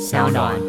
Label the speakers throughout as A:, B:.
A: 小暖。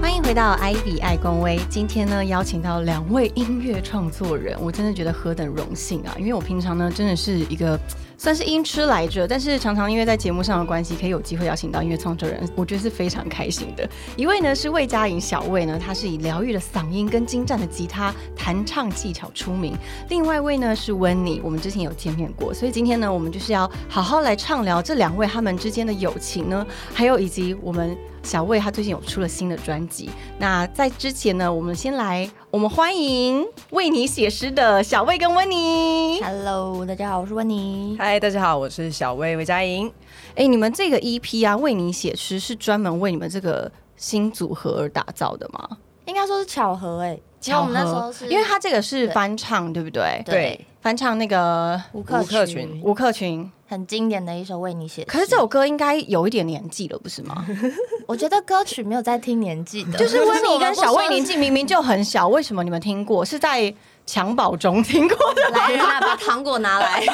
B: 欢迎回到 i 比爱公威，今天呢邀请到两位音乐创作人，我真的觉得何等荣幸啊！因为我平常呢真的是一个算是音痴来着，但是常常因为在节目上的关系，可以有机会邀请到音乐创作人，我觉得是非常开心的。一位呢是魏佳莹小魏呢，她是以疗愈的嗓音跟精湛的吉他弹唱技巧出名；另外一位呢是温妮，我们之前有见面过，所以今天呢我们就是要好好来畅聊这两位他们之间的友情呢，还有以及我们小魏他最近有出了新的专辑。那在之前呢，我们先来，我们欢迎为你写诗的小魏跟温妮。
C: Hello，大家好，我是温妮。
D: 嗨，大家好，我是小魏魏佳莹。
B: 哎，你们这个 EP 啊，为你写诗是专门为你们这个新组合而打造的吗？
C: 应该说是巧合哎、其实我们那时候是
B: 因为他这个是翻唱，对不对？
C: 对
B: 翻唱那个
C: 吴克
D: 吴克群
B: 吴克群，
C: 很经典的一首为你写的诗。
B: 可是这首歌应该有一点年纪了，不是 吗？
C: 我觉得歌曲没有在听年纪的，
B: 就是温妮跟小魏
C: 妮
B: 年纪明明就很小，为什么你们听过？是在襁褓中听过的？
C: 来啦， 把糖果拿 来。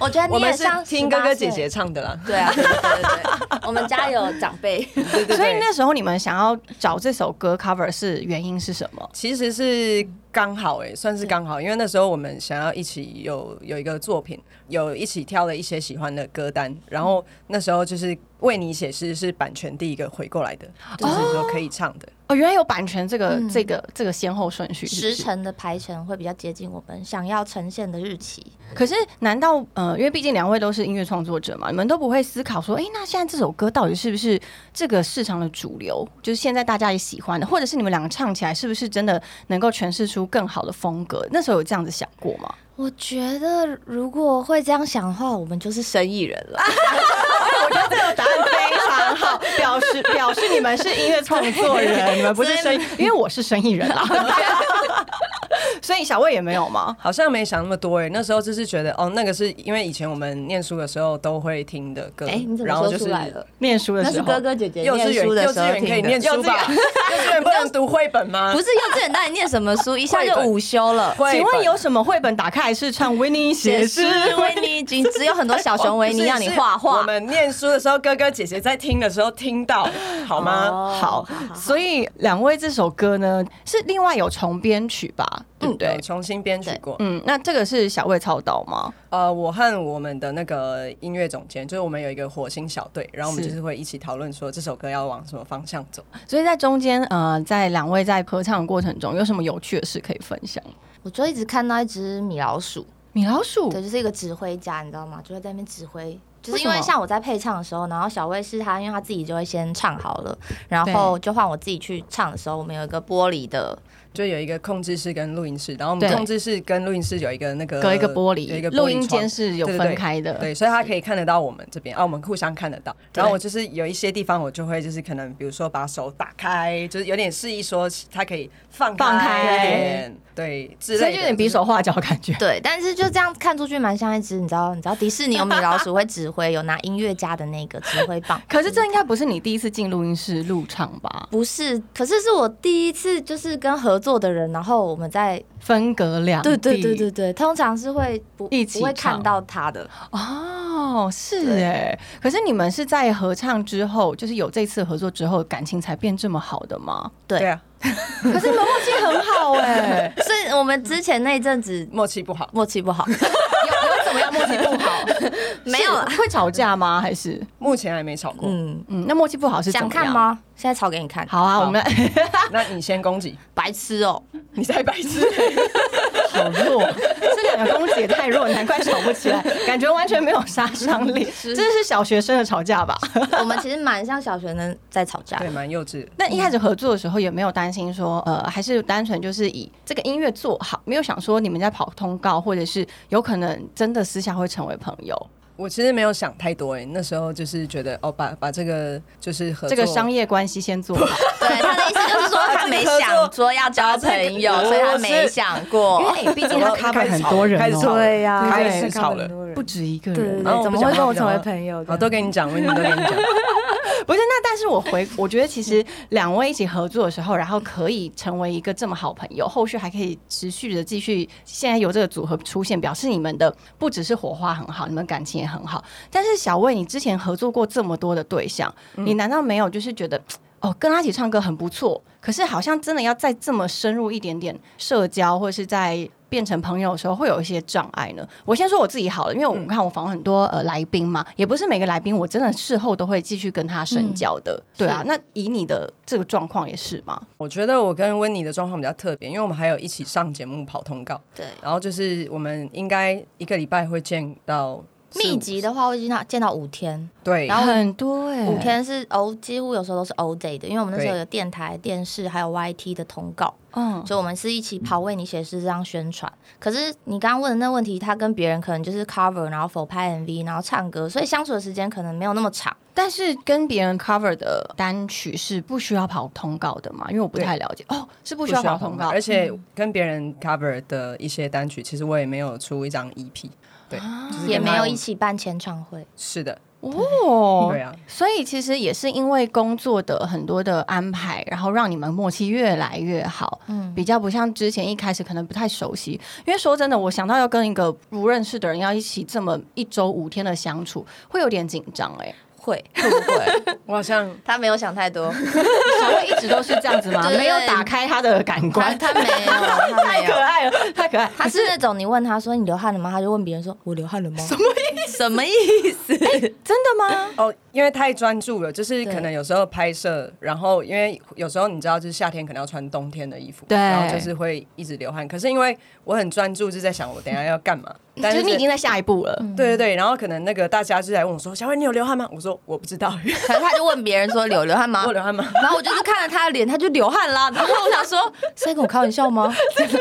C: 我觉得
D: 我
C: 你也
D: 们是
C: 像
D: 听
C: 18
D: 哥哥姐
C: 岁
D: 姐。唱的啦。
C: 对啊，对对对啊 对，我们家有长辈，
D: 对对
B: 所以
D: 对，
B: 那时候你们想要找这首歌 cover 是原因是什么？
D: 其实是刚好哎、算是刚好，因为那时候我们想要一起有有一个作品，有一起挑了一些喜欢的歌单，然后那时候就是为你写诗是版权第一个回过来的，就是说可以唱的。
B: 哦，原来有版权这个、
C: 嗯
B: 这个这个先后顺序是不
C: 时
B: 是。
C: 辰的排程会比较接近我们想要呈现的日期。
B: 可是难道呃，因为毕竟两位都是音乐创作者嘛，你们都不会思考说，哎、那现在这首歌到底是不是这个市场的主流？就是现在大家也喜欢的，或者是你们两个唱起来是不是真的能够诠释出更好的风格？那时候有这样子想过吗？
C: 我觉得如果会这样想的话，我们就是生意人
D: 啊
C: 了。
B: 我觉得这个答案非常好，表示表示你们是音乐创作人，你们不是生意，因为我是生意人啊。 所以小魏也没有吗？
D: 好像没想那么多哎、那时候就是觉得哦，那个是因为以前我们念书的时候都会听的歌，
C: 哎、你怎么
D: 然后
C: 说
D: 就
C: 出
D: 是
C: 来了？
B: 念书的
C: 那
B: 时
C: 是
B: 候，
C: 哥哥姐姐
D: 幼稚
C: 念
D: 园
C: 书的
D: 幼
C: 时候
D: 稚园可以
C: 听的
D: 念书吧？幼稚园不能读绘本吗？
C: 不是幼稚园，当然念什么书，一下就午休了。
D: 绘本，
B: 请问有什么绘本打开来是唱维尼写诗？
C: 维尼已经只有很多小熊维尼让 你画
D: 是
C: 画
D: 我。们念书的时候，哥哥姐姐在听的时候听到，好吗？
C: 哦
B: 好，所以两位这首歌呢是另外有重编曲吧，对不
C: 嗯
B: 对
D: 嗯有？重新编曲过。
B: 嗯，那这个是小魏操刀吗？
D: 呃，我和我们的那个音乐总监，就是我们有一个火星小队，然后我们
B: 是
D: 就是会一起讨论说这首歌要往什么方向走。
B: 所以在中间，呃，在两位在合唱的过程中，有什么有趣的事可以分享？
C: 我就一直看到一只米老鼠，
B: 米老鼠
C: 对，就是一个指挥家，你知道吗？就会在那边指挥。就是因
B: 为什
C: 为
B: 么
C: 像我在配唱的时候，然后小魏是他，因为他自己就会先唱好了，然后就换我自己去唱的时候，我们有一个玻璃的，
D: 就有一个控制室跟录音室，然后我
B: 对
D: 们控制室跟录音室有一个那个
B: 隔一个玻
D: 有一
B: 璃
D: 个，
B: 录
D: 玻璃
B: 音
D: 窗
B: 间是有
D: 对对
B: 分
D: 对
B: 开的。
D: 对，所以他可以看得到我们这边啊，我们互相看得到。然后我就是有一些地方，我就会就是可能比如说把手打开，就是有点示意说他可以放
B: 放
D: 开
B: 开
D: 一点，对，之类
B: 所
D: 的
B: 以就有点比手画脚的感觉。
C: 对，但是就这样看出去蛮像一只，你知道，你知道迪士尼有米老 鼠会指挥，有拿音乐家的那个指挥棒，
B: 可是这应该不是你第一次进录音室录唱吧？
C: 不是，可是是我第一次就是跟合作的人，然后我们在
B: 分隔两地，
C: 对对对对对，通常是会不
B: 一起
C: 不会
B: 唱
C: 看到他的，
B: 哦，是哎。可是你们是在合唱之后，就是有这次合作之后，感情才变这么好的吗？
C: 对
D: 对啊，
B: 可是你们默契很好哎，
C: 所以我们之前那一阵子
D: 默契不 好。
C: 默契不好，有有怎么样默契不好？ 没有啊啦，
B: 是会吵架吗？还是
D: 目前还没吵过。
C: 嗯，
B: 嗯，那默契不好是怎
C: 想
B: 么
C: 看
B: 样？
C: 吗？现在炒给你看，
B: 好啊，我们来
D: 那你先攻击，
C: 白痴哦、
D: 你才白 痴。
B: 好弱， 这两个公子也太弱，难怪吵不起 来，感觉完全没有杀伤力。这是小学生的吵架吧？
C: 我们其实蛮像小学生在吵架
D: 对，，蛮幼稚的。
B: 那一开始合作的时候也没有担心说，呃，还是单纯就是以这个音乐做好，没有想说你们在跑通告，或者是有可能真的私下会成为朋友，
D: 我其实没有想太多哎、那时候就是觉得哦，把把这个就是合
B: 这个商
D: 业
B: 业关系先做好。
C: 对他的意思就是说，他没想说要交朋友，所以他没想
D: 哦
C: 过。
B: 因为哎毕竟他 cover 很多人
D: 开始
B: 哦
D: 吵了
A: 对呀，
D: 开
B: 对
D: 始吵了。
B: 不止一个
A: 对对
B: 人啊。
D: 然
A: 对，
D: 后我
A: 怎
D: 不
A: 么会
D: 想
A: 跟我
D: 聊
A: 成为
D: 了
A: 朋友的？
D: 好，都跟你讲，我都跟你讲。
B: 不是，那但是我回， 我觉得其实两位一起合作的时候，然后可以成为一个这么好朋友，后续还可以持续的继续。现在有这个组合出现，表示你们的不只是火花很好，你们感情也很好。但是小魏，你之前合作过这么多的对象，你难道没有就是觉得？哦，跟他一起唱歌很不错，可是好像真的要再这么深入一点点社交，或者是在变成朋友的时候，会有一些障碍呢。我先说我自己好了，因为我们看我访问很多呃来宾嘛，也不是每个来宾我真的事后都会继续跟他深交的，对啊。那以你的这个状况也是吗？
D: 我觉得我跟温妮的状况比较特别，因为我们还有一起上节目跑通告，
C: 对，
D: 然后就是我们应该一个礼拜会见到四
C: 密，集的话会见到见到五天，
D: 对
C: 然，后
B: 很多哎、
C: 五天是 O 几乎有时候都是 O J 的，因为我们那时候
D: 对
C: 有电台、电视还有 YT 的通告，
B: 嗯，
C: 所以我们是一起跑为你写诗这样宣传。可是你刚刚问的那问题，他跟别人可能就是 cover，然后否拍 MV，然后唱歌，所以相处的时间可能没有那么长。
B: 但是跟别人 cover 的单曲是不需要跑通告的嘛？因为我不太了解哦，是不需要跑通告，嗯
D: 而且跟别人 cover 的一些单曲，其实我也没有出一张 EP，对，
B: 啊
D: 就是跟
C: 也没
D: 他
C: 有一起办签唱会，
D: 是的，
B: 哦
D: 对啊，
B: 所以其实也是因为工作的很多的安排，然后让你们默契越来越好，
C: 嗯，
B: 比较不像之前一开始可能不太熟悉。因为说真的，我想到要跟一个不认识的人要一起这么一周五天的相处，会有点紧张 哎、
C: 会，
B: 会不会？
D: 我好像
C: 他没有想太多，
B: 小魏一直都是这样子吗？
C: 对
B: 没有打开他的感
C: 他
B: 官，
C: 他 没有，他没
B: 太可
C: 有。
B: 爱了， 太可爱。
C: 他是那种你问他说你流汗了吗，他就问别人说我流汗了吗？什么意思？什么意思？
B: 真的吗？
D: 哦，因为太专注了，就是
C: 对
D: 可能有时候拍摄，然后因为有时候你知道，就是夏天可能要穿冬天的衣服，
B: 对
D: 然后就是会一直流汗。可是因为我很专注，是在想我等一下要 干嘛，
B: 就
D: 但
B: 是嗯
D: 是
B: 你已经在下一步了。
D: 对对对，然后可能那个大家就来问我说：“小慧，你有流汗吗？”我说：“我不知道，
C: 可是他就问别人说流流汗吗
D: 我有？流汗吗
C: 然后我就是看了他的脸，他就流汗啦。然后我想说，是在跟我开玩笑吗？？”
D: 这个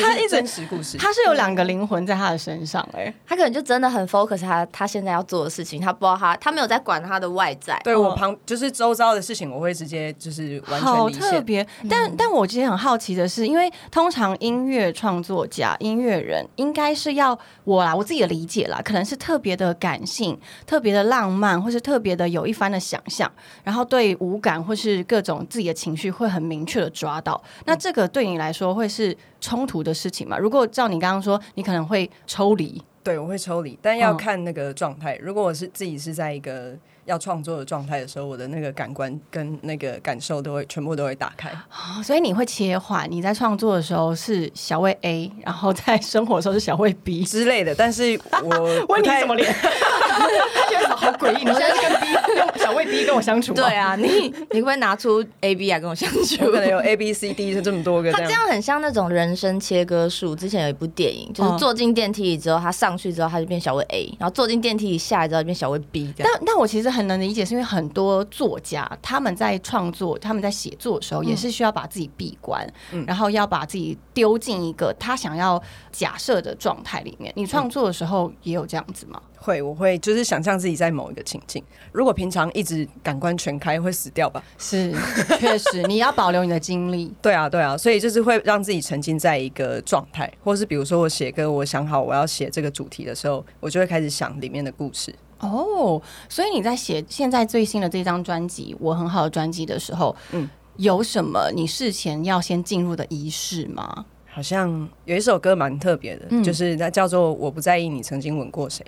B: 他一
D: 是
B: 直
D: 真实故事，
B: 他是有两个灵魂在他的身上哎、
C: 他可能就真的很 focus 他他现在要做的事情，他不知道他他没有在管他的外在。哦
D: 对我旁就是周遭的事情，我会直接就是完全
B: 哦好
D: 离
B: 特
D: 线。
B: 别，但但我其实很好奇的是，因为通常音乐创作家、音乐人应该是要我啦，我自己的理解啦，可能是特别的感性、特别的浪漫，或是特别的有一番的想象，然后对五感或是各种自己的情绪会很明确的抓到。那这个对你来说会是冲突的事情吗？如果照你刚刚说，你可能会抽离，
D: 对，我会抽离，但要
B: 嗯
D: 看那个状态。如果我是自己是在一个要创作的状态的时候，我的那个感官跟那个感受都会全部都会打开。
B: 哦所以你会切换。你在创作的时候是小魏 A，然后在生活的时候是小魏 B。
D: 之类的，但是我
B: 问
D: 不
B: 你
D: 太
B: 什么脸？ 他觉得好诡异，你现在是跟 B 跟小魏 B 跟我相处吗？
C: 对啊，你你会不会拿出 A B 来跟我相处？
D: 我可能有 A B C D 是这么多个
C: 他
D: 这
C: 这
D: 样。
C: 样很像那种人生切割术。之前有一部电影，就是
B: 嗯
C: 坐进电梯里之后，他上去之后他就变小魏 A，然后坐进电梯里下来之后变小魏 B 这
B: 但
C: 样。
B: 但我其实很能理解，是因为很多作家他们在创作、他们在写作的时候，也是需要把自己闭关，然后要把自己丢进一个他想要假设的状态里面。你创作的时候也有这样子吗？
D: 会，我会就是想象自己在某一个情境。如果平常一直感官全开，会死掉吧？
B: 是，确实，你要保留你的精力。
D: 对啊，对啊，所以就是会让自己沉浸在一个状态，或是比如说我写歌，我想好我要写这个主题的时候，我就会开始想里面的故事。
B: 哦，所以你在写现在最新的这张专辑《我很好》的专辑的时候，嗯
D: 嗯，
B: 有什么你事前要先进入的仪式吗？
D: 好像有一首歌蛮特别
C: 嗯
D: 的，就是它叫做《我不在意你曾经吻过谁》，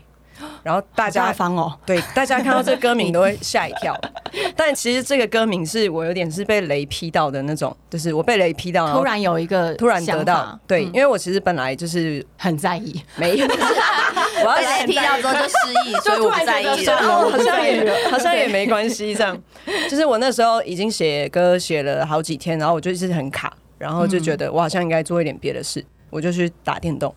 D: 然后大
B: 好大
D: 家
B: 方哦，
D: 对，大家看到这歌名都会吓一 跳，但其实这个歌名是我有点是被雷劈到的那种，就是我被雷劈到，然后
B: 呃突然有一个
D: 突然得
B: 想
D: 到
B: 法，
C: 嗯
D: 对，因为我其实本来就是
B: 很在意，
D: 没 有，我要
C: 被雷劈到之后就 失忆，所以我不在意
B: 就突然觉
C: 了。
B: 得说
D: 哦，好像也好像 也没关系，这样。就是我那时候已经写歌写了好几天，然后我就一直很卡，然后就觉
C: 嗯
D: 得我好像应该做一点别的事，我就去打电动。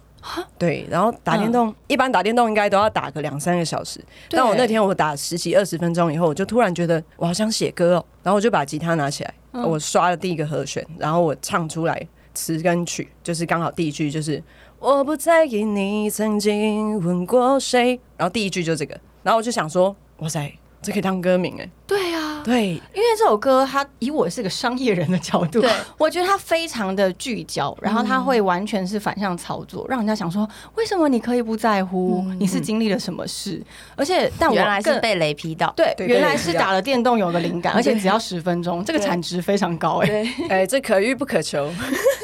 D: 对，然后打电动，一般打电动应该都要打个两三个小时，
B: 对
D: 但我那天我打十几二十分钟以后，我就突然觉得我好想写歌哦，然后我就把吉他拿起来，我刷了第一个和弦，然后我唱出来词跟曲，就是刚好第一句就是我不在意你曾经吻过谁，然后第一句就这个，然后我就想说，哇塞，这可以当歌名哎，
B: 对啊，
D: 对，
B: 因为这首歌，它以我是个商业人的角度
C: 对，
B: 我觉得它非常的聚焦，然后它会完全是反向操作，让人家想说，为什么你可以不在乎？你是经历了什么事？而且，但我
C: 原来是
B: 更
C: 被雷劈到，
B: 对，
D: 对
B: 原
D: 被
B: 来
D: 雷
B: 是
D: 劈到
B: 打了电动有个灵感，而且只要十分钟，这个
D: 对
B: 产值非常高哎、
D: 对，哎，这可遇不可求。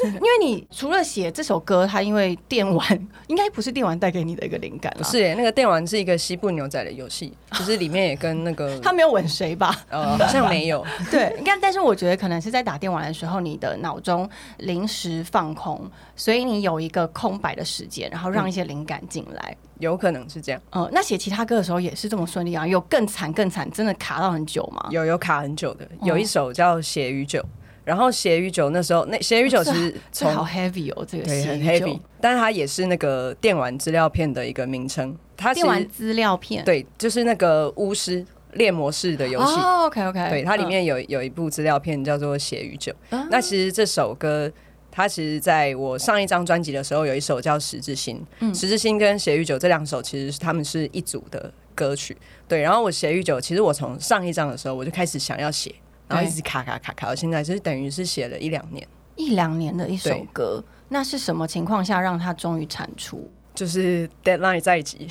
B: 因为你除了写这首歌，它因为电玩应该不是电玩带给你的一个灵感
D: 不
B: 啦，
D: 是耶，那个电玩是一个西部牛仔的游戏，就是里面也跟那 个
B: 它没有吻谁吧？
D: 呃好像没有，
B: 对，应该，但是我觉得可能是在打电玩的时候，你的脑中临时放空，所以你有一个空白的时间，然后
D: 嗯
B: 让一些灵感进来。
D: 有可能是这样，
B: 呃，那写其他歌的时候也是这么顺利啊？有更惨更惨，真的卡到很久吗？
D: 有有卡很久的，
B: 啊哦
D: 有一首叫《血与酒》，然后《血与酒》那时候那《血与酒》其实
B: 哦这
D: 从
B: 好 heavy 哦，这个
D: 对
B: 写
D: 很
B: 就
D: heavy，但它也是那个电玩资料片的一个名称，它其
B: 电玩
D: 实
B: 资料片，
D: 对就是那个巫师猎魔式的游戏。
B: 哦，OK OK，
D: 对，它里面有有一部资料片叫做《血与酒》。
B: 啊
D: 那其实这首歌，它其实在我上一张专辑的时候，有一首叫《十字星》。
B: 嗯
D: 十字星跟《血与酒》这两首其实是他们是一组的歌曲。对，然后我《血与酒》，其实我从上一张的时候我就开始想要写，然后一直卡卡卡卡到现在，就是等于是写了一两年。
B: 呃一两年的一首
D: 对
B: 歌，那是什么情况下让它终于产 出？
D: 就是 deadline 在 即，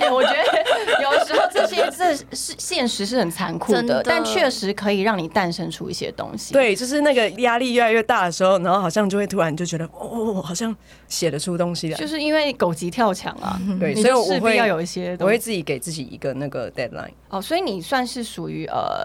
B: 哎、我觉得有时候这些这是现实是很残酷的，
C: 真的
B: 但确实可以让你诞生出一些东西。，
D: 对，就是那个压力越来越大的时候，然后好像就会突然就觉得，哦，我好像写得出东西来
B: 就。是因为狗急跳墙啊，
D: 对，
B: 你
D: 所以
B: 就
D: 我
B: 势必要
D: 会，
B: 有一些
D: 我
B: 东
D: 会
B: 西。
D: 自己给自己一个那个 deadline。
B: 哦，所以你算是属于呃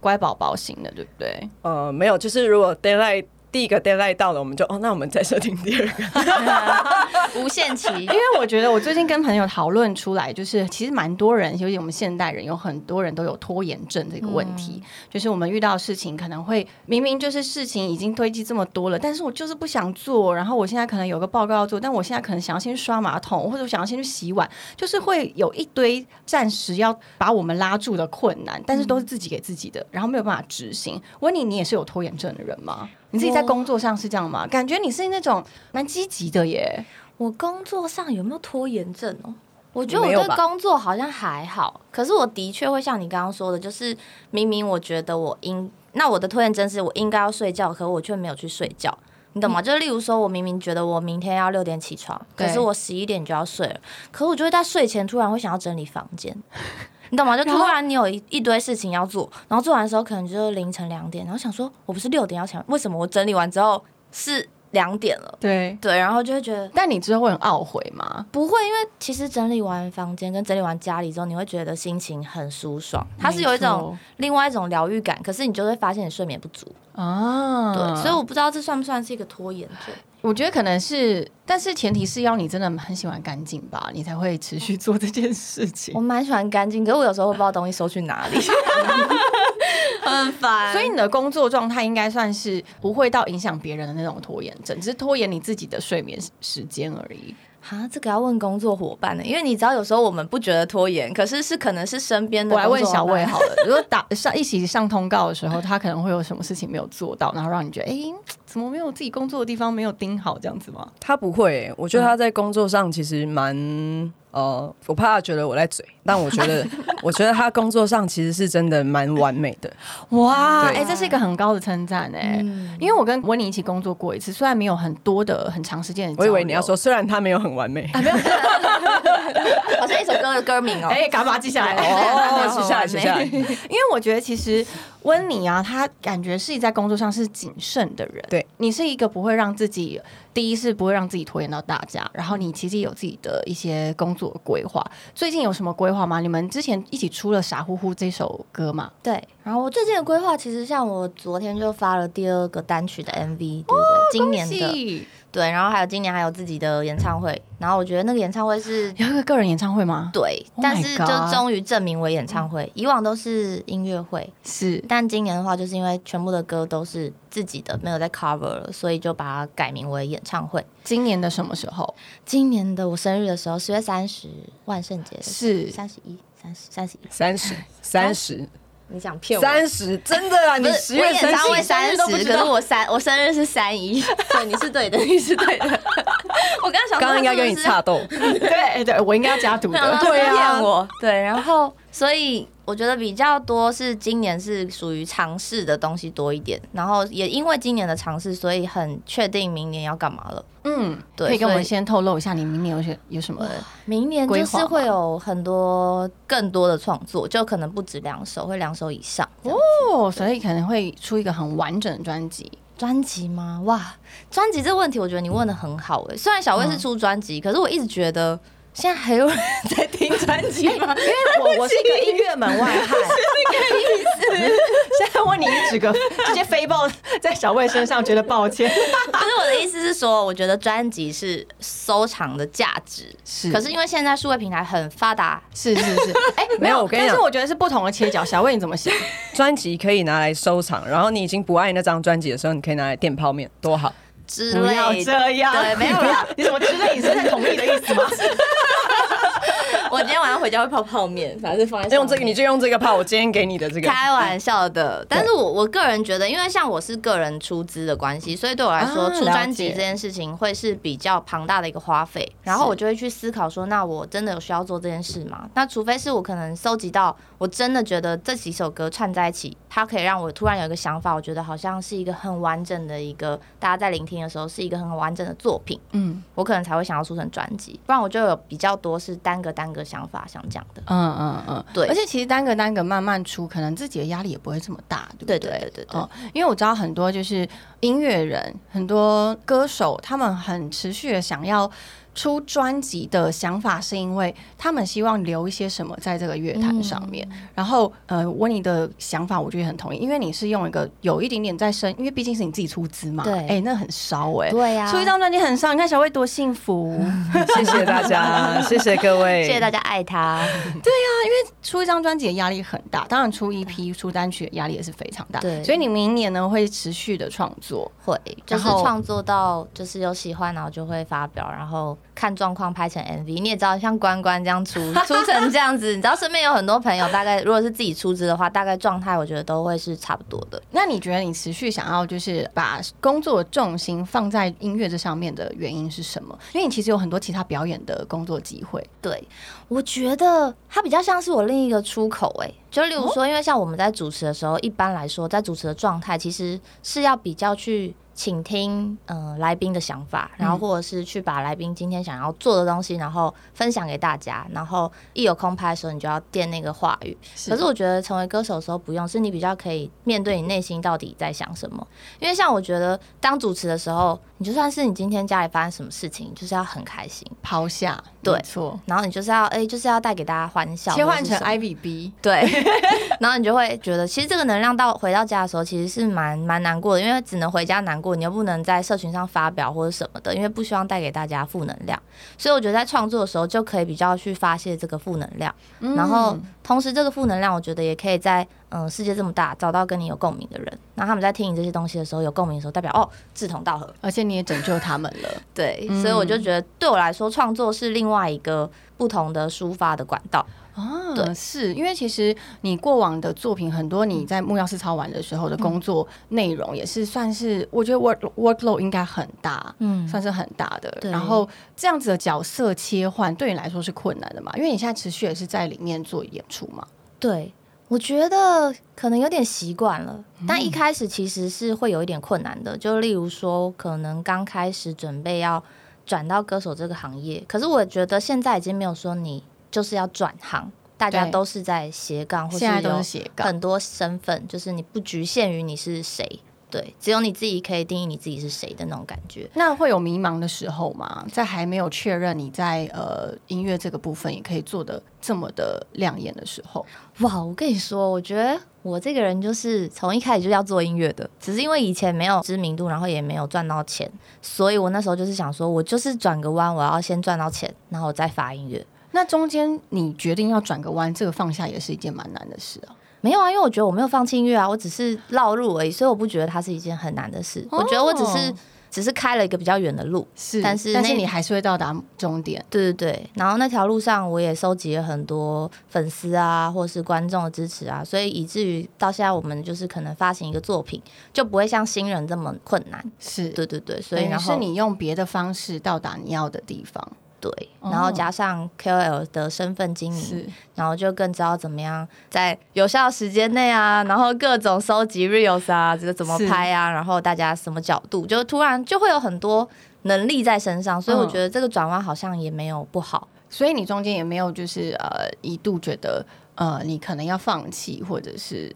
B: 乖宝宝型的，对不对？
D: 呃，没有，就是如果 deadline 第一个 deadline 到了，我们就哦，那我们再设定第二个。啊
C: 无限期
B: 因为我觉得我最近跟朋友讨论出来，就是其实蛮多人，尤其我们现代人，有很多人都有拖延症这个问题。就是我们遇到事情，可能会明明就是事情已经堆积这么多了，但是我就是不想做。然后我现在可能有个报告要做，但我现在可能想要先去刷马桶，或者我想要先去洗碗，就是会有一堆暂时要把我们拉住的困难，但是都是自己给自己的，然后没有办法执行。温妮，你也是有拖延症的人吗？你自己在
C: 我
B: 工作上是这样吗？感觉你是那种蛮积极的耶。
C: 我工作上有没有拖延症哦？我觉得我
D: 没有
C: 对
D: 吧
C: 工作好像还好，可是我的确会像你刚刚说的，就是明明我觉得我应，那我的拖延症是我应该要睡觉，可我却没有去睡觉，你懂吗？
D: 嗯
C: 就是例如说，我明明觉得我明天要六点起床，
B: 对
C: 可是我十一点就要睡了，可我就会在睡前突然会想要整理房 间，你懂吗？就突然你有一一堆事情要做，然后做完的时候可能就是凌晨两点，然后想说我不是六点要起来，为什么我整理完之后是两点了？
B: 对，
C: 对，然后就会觉得
B: 但你之后会很懊悔吗？
C: 不会，因为其实整理完房间跟整理完家里之后，你会觉得心情很舒爽，它是有一种另外一种疗愈感。可是你就会发现你睡眠不足，
B: 啊，
C: 对，所以我不知道这算不算是一个拖延症。
B: 我觉得可能是，但是前提是要你真的很喜欢干净吧，你才会持续做这件事情
C: 我。蛮喜欢干净，可是我有时候会不知道东西收去哪 里，很烦所
B: 所以
C: 以
B: 你的工作状态应该算是不会到影响别人的那种拖延症，只是拖延你自己的睡眠时间而已。
C: 啊，这个要问工作伙伴呢、因为你知道有时候我们不觉得拖延，可是是可能是身边的。
B: 我来问小魏，啊好了，如果打上一起上通告的时候，他可能会有什么事情没有做到，然后让你觉得，哎、怎么没有自己工作的地方没有盯好这样子吗？
D: 他不会耶、我觉得他在工作上其实蛮呃，我怕他觉得我在嘴，但我觉 得我觉得他工作上其实是真的蛮完美的。
B: 哇，哎、
D: 对嗯
B: 这是一个很高的称赞哎，因为我跟温妮一起工作过一次，虽然没有很多的很长时间的交
D: 我以
B: 流，
D: 为你要说，虽然啊他没有很完美，
C: 好像一首歌的歌名哦、
B: 哎、赶快把它记下来哦。
D: 哦，写下来，写下来。
B: 因为我觉得其实温妮啊，她感觉是在工作上是谨慎的人。
D: 对，
B: 你是一个不会让自己，第一是不会让自己拖延到大家，然后你其实有自己的一些工作规划。最近有什么规划吗？你们之前一起出了《傻乎乎》这首歌嘛？
C: 对，然后我最近的规划其实像我昨天就发了第二个单曲的 MV，对
B: 哦
C: 不对？今年的
B: 是
C: 对，然后还有今年还有自己的演唱会，然后我觉得那个演唱会是
B: 有一个个人演唱会吗？
C: 对
B: Oh my
C: 但是
B: God
C: 就终于证明为演唱会，以往都是音乐会，
B: 是
C: 但今年的话就是因为全部的歌都是自己的，没有在 cover 了，所以就把它改名为演唱会。
B: 今年的什么时候？
C: 今年的我生日的时候，十月三十，万圣节
B: 是
C: 三十一，三十三十一，
D: 三十，三十，
C: 你想骗我？
D: 三十，真的啊！
C: 不
D: 你
C: 是
D: 十
C: 我
D: 月
C: 演唱会
D: 三十
C: 三 十，可是我三我生日是三一，对，你是对的，你是对的。 我刚刚想说
D: 刚刚应该跟你
C: 他是不是
D: 差 豆，
B: 对对，我应该要加 毒
C: 没想到
B: 的。
C: 他
D: 对啊
C: 骗我对，然后所以我觉得比较多是今年是属于尝试的东西多一点，然后也因为今年的尝试，所以很确定明年要干嘛了。
B: 嗯，
C: 对
B: 可以跟我们
C: 所以
B: 先透露一下你明年有些有什么？
C: 明年
B: 规
C: 就
B: 划
C: 是
B: 吗
C: 会有很多更多的创作，就可能不止两首，会两首以上。哦，
B: 哦，所以可能会出一个很完整的专辑。
C: 专辑吗？哇，专辑这个问题，我觉得你问的很好哎、虽然小薇是出专辑，可是我一直觉得现在还有人 在听专辑吗？
B: 因为我我是一个音乐门外汉， 现在问你一整个直接飞爆在小魏身上，觉得抱歉。
C: 可是我的意思是说，我觉得专辑是收藏的价值，
B: 是
C: 可是因为现在数位平台很发达，
B: 是是是， 哎、
D: 没有我跟你
B: 但是
D: 讲
B: 我觉得是不同的切角。小魏你怎么想？
D: 专辑可以拿来收藏，然后你已经不爱那张专辑的时候，你可以拿来垫泡面，多好！
C: 之
B: 不要
C: 类的，
B: 这样，
C: 对没有
B: 你不
C: 啦
B: 要你怎么之类？你是在同意的意思吗？
C: 我今天晚上回家会泡泡面，反正放
B: 哎
C: 在上面
D: 用这个你就用这个泡，我今天给你的这个。
C: 开玩笑的，但是我我个人觉得，因为像我是个人出资的关系，所以对我来说，
B: 啊
C: 出专
B: 了
C: 辑
B: 解
C: 这件事情会是比较庞大的一个花费。然后我就会去思考说，那我真的有需要做这件事吗？那除非是我可能搜集到，我真的觉得这几首歌串在一起，它可以让我突然有一个想法，我觉得好像是一个很完整的一个，大家在聆听的时候是一个很完整的作品，
B: 嗯
C: 我可能才会想要出成专辑。不然我就有比较多是单个单个想法想讲的。
B: 嗯嗯嗯，
C: 对
B: 而且其实单个单个慢慢出，可能自己的压力也不会这么大，对不
C: 对
B: 对？
C: 对对对哦对
B: 嗯，因为我知道很多就是音乐人、很多歌手，他们很持续的想要出专辑的想法，是因为他们希望留一些什么在这个乐坛上面。
C: 嗯
B: 然后，呃，温妮的想法我觉得也很同意，因为你是用一个有一点点在生，因为毕竟是你自己出资嘛，
C: 对
B: 哎、那很烧哎、
C: 对啊呀、
B: 出一张专辑很烧，你看小魏多幸福。
D: 谢谢大家，谢谢各位，
C: 谢谢大家爱 他。
B: 出一张专辑的压力很大，当然出 EP、出单曲的压力也是非常大。
C: 对
B: 所以你明年呢会持续的创作。
C: 会，就
B: 然
C: 是
B: 后
C: 创作到就是有喜欢，然后就会发表，然后看状况拍成 MV。你也知道，像关关这样出 出成这样子，你知道身边有很多朋友，大概如果是自己出资的话，大概状态我觉得都会是差不多的。
B: 那你觉得你持续想要就是把工作重心放在音乐这上面的原因是什么？因为你其实有很多其他表演的工作机会。
C: 对，我觉得它比较像是我另一个出口、欸。就例如说，因为像我们在主持的时候，一般来说，在主持的状态其实是要比较去倾听，嗯、来宾的想法，然后或者是去把来宾今天想要做的东西，然后分享给大家。然后一有空拍的时候，你就要垫那个话语。可是我觉得成为歌手的时候不用，是你比较可以面对你内心到底在想什么。因为像我觉得当主持的时候，你就算是你今天家里发生什么事情，你就是要很开心。
B: 抛下，
C: 对
B: 没错，
C: 然后你就是要哎、就是要带给大家欢笑，
B: 切换
C: 或者
B: 成
C: 是什么
B: Ivy B。
C: 对，然后你就会觉得，其实这个能量到回到家的时候，其实是蛮蛮难过的，因为只能回家难过，你又不能在社群上发表或者什么的，因为不希望带给大家负能量，所以我觉得在创作的时候就可以比较去发泄这个负能量，
B: 嗯
C: 然后同时这个负能量，我觉得也可以在嗯世界这么大找到跟你有共鸣的人，那他们在听你这些东西的时候有共鸣的时候，代表哦志同道合，
B: 而且你也拯救他们了，
C: 对，
B: 嗯
C: 所以我就觉得对我来说，创作是另外一个不同的抒发的管道。
B: 啊
C: 对
B: 是因为其实你过往的作品很多，
C: 嗯
B: 你在木曜四超玩的时候的工作内容也是算是，我觉得 work workload 应该很大，
C: 嗯
B: 算是很大的。
C: 对
B: 然后这样子的角色切换对你来说是困难的嘛？因为你现在持续也是在里面做演出嘛。
C: 对，我觉得可能有点习惯了，
B: 嗯
C: 但一开始其实是会有一点困难的。就例如说，可能刚开始准备要转到歌手这个行业，可是我觉得现在已经没有说你就是要转行，大家
B: 对
C: 都是在斜杠或是
B: 现在都
C: 有
B: 是斜杠，
C: 很多身份，就是你不局限于你是谁。对，只有你自己可以定义你自己是谁的那种感觉。
B: 那会有迷茫的时候吗？在还没有确认你在呃音乐这个部分也可以做的这么的亮眼的时候，
C: 哇，我跟你说，我觉得我这个人就是从一开始就要做音乐的，只是因为以前没有知名度，然后也没有赚到钱，所以我那时候就是想说，我就是转个弯，我要先赚到钱，然后我再发音乐。
B: 那中间你决定要转个弯，这个放下也是一件蛮难的事啊。
C: 没有啊，因为我觉得我没有放弃音乐啊，我只是绕路而已，所以我不觉得它是一件很难的事。我觉得我只是只是开了一个比较远的路。
B: 是，
C: 但是
B: 但是
C: 那
B: 你还是会到达终点。
C: 对对对，然后那条路上我也收集了很多粉丝啊，或是观众的支持啊，所以以至于到现在我们就是可能发行一个作品，就不会像新人这么困难。
B: 是，
C: 对对对，所
B: 等
C: 以
B: 于
C: 然后
B: 是你用别的方式到达你要的地方。
C: 对，
B: 哦
C: 然后加上 KOL 的身份经营，
B: 是，
C: 然后就更知道怎么样在有效时间内啊，然后各种收集 reels 啊，这个怎么
B: 是
C: 拍啊，然后大家什么角度，就突然就会有很多能力在身上，所以我
B: 嗯
C: 觉得这个转弯好像也没有不好。
B: 所以你中间也没有就是呃一度觉得呃你可能要放弃，或者是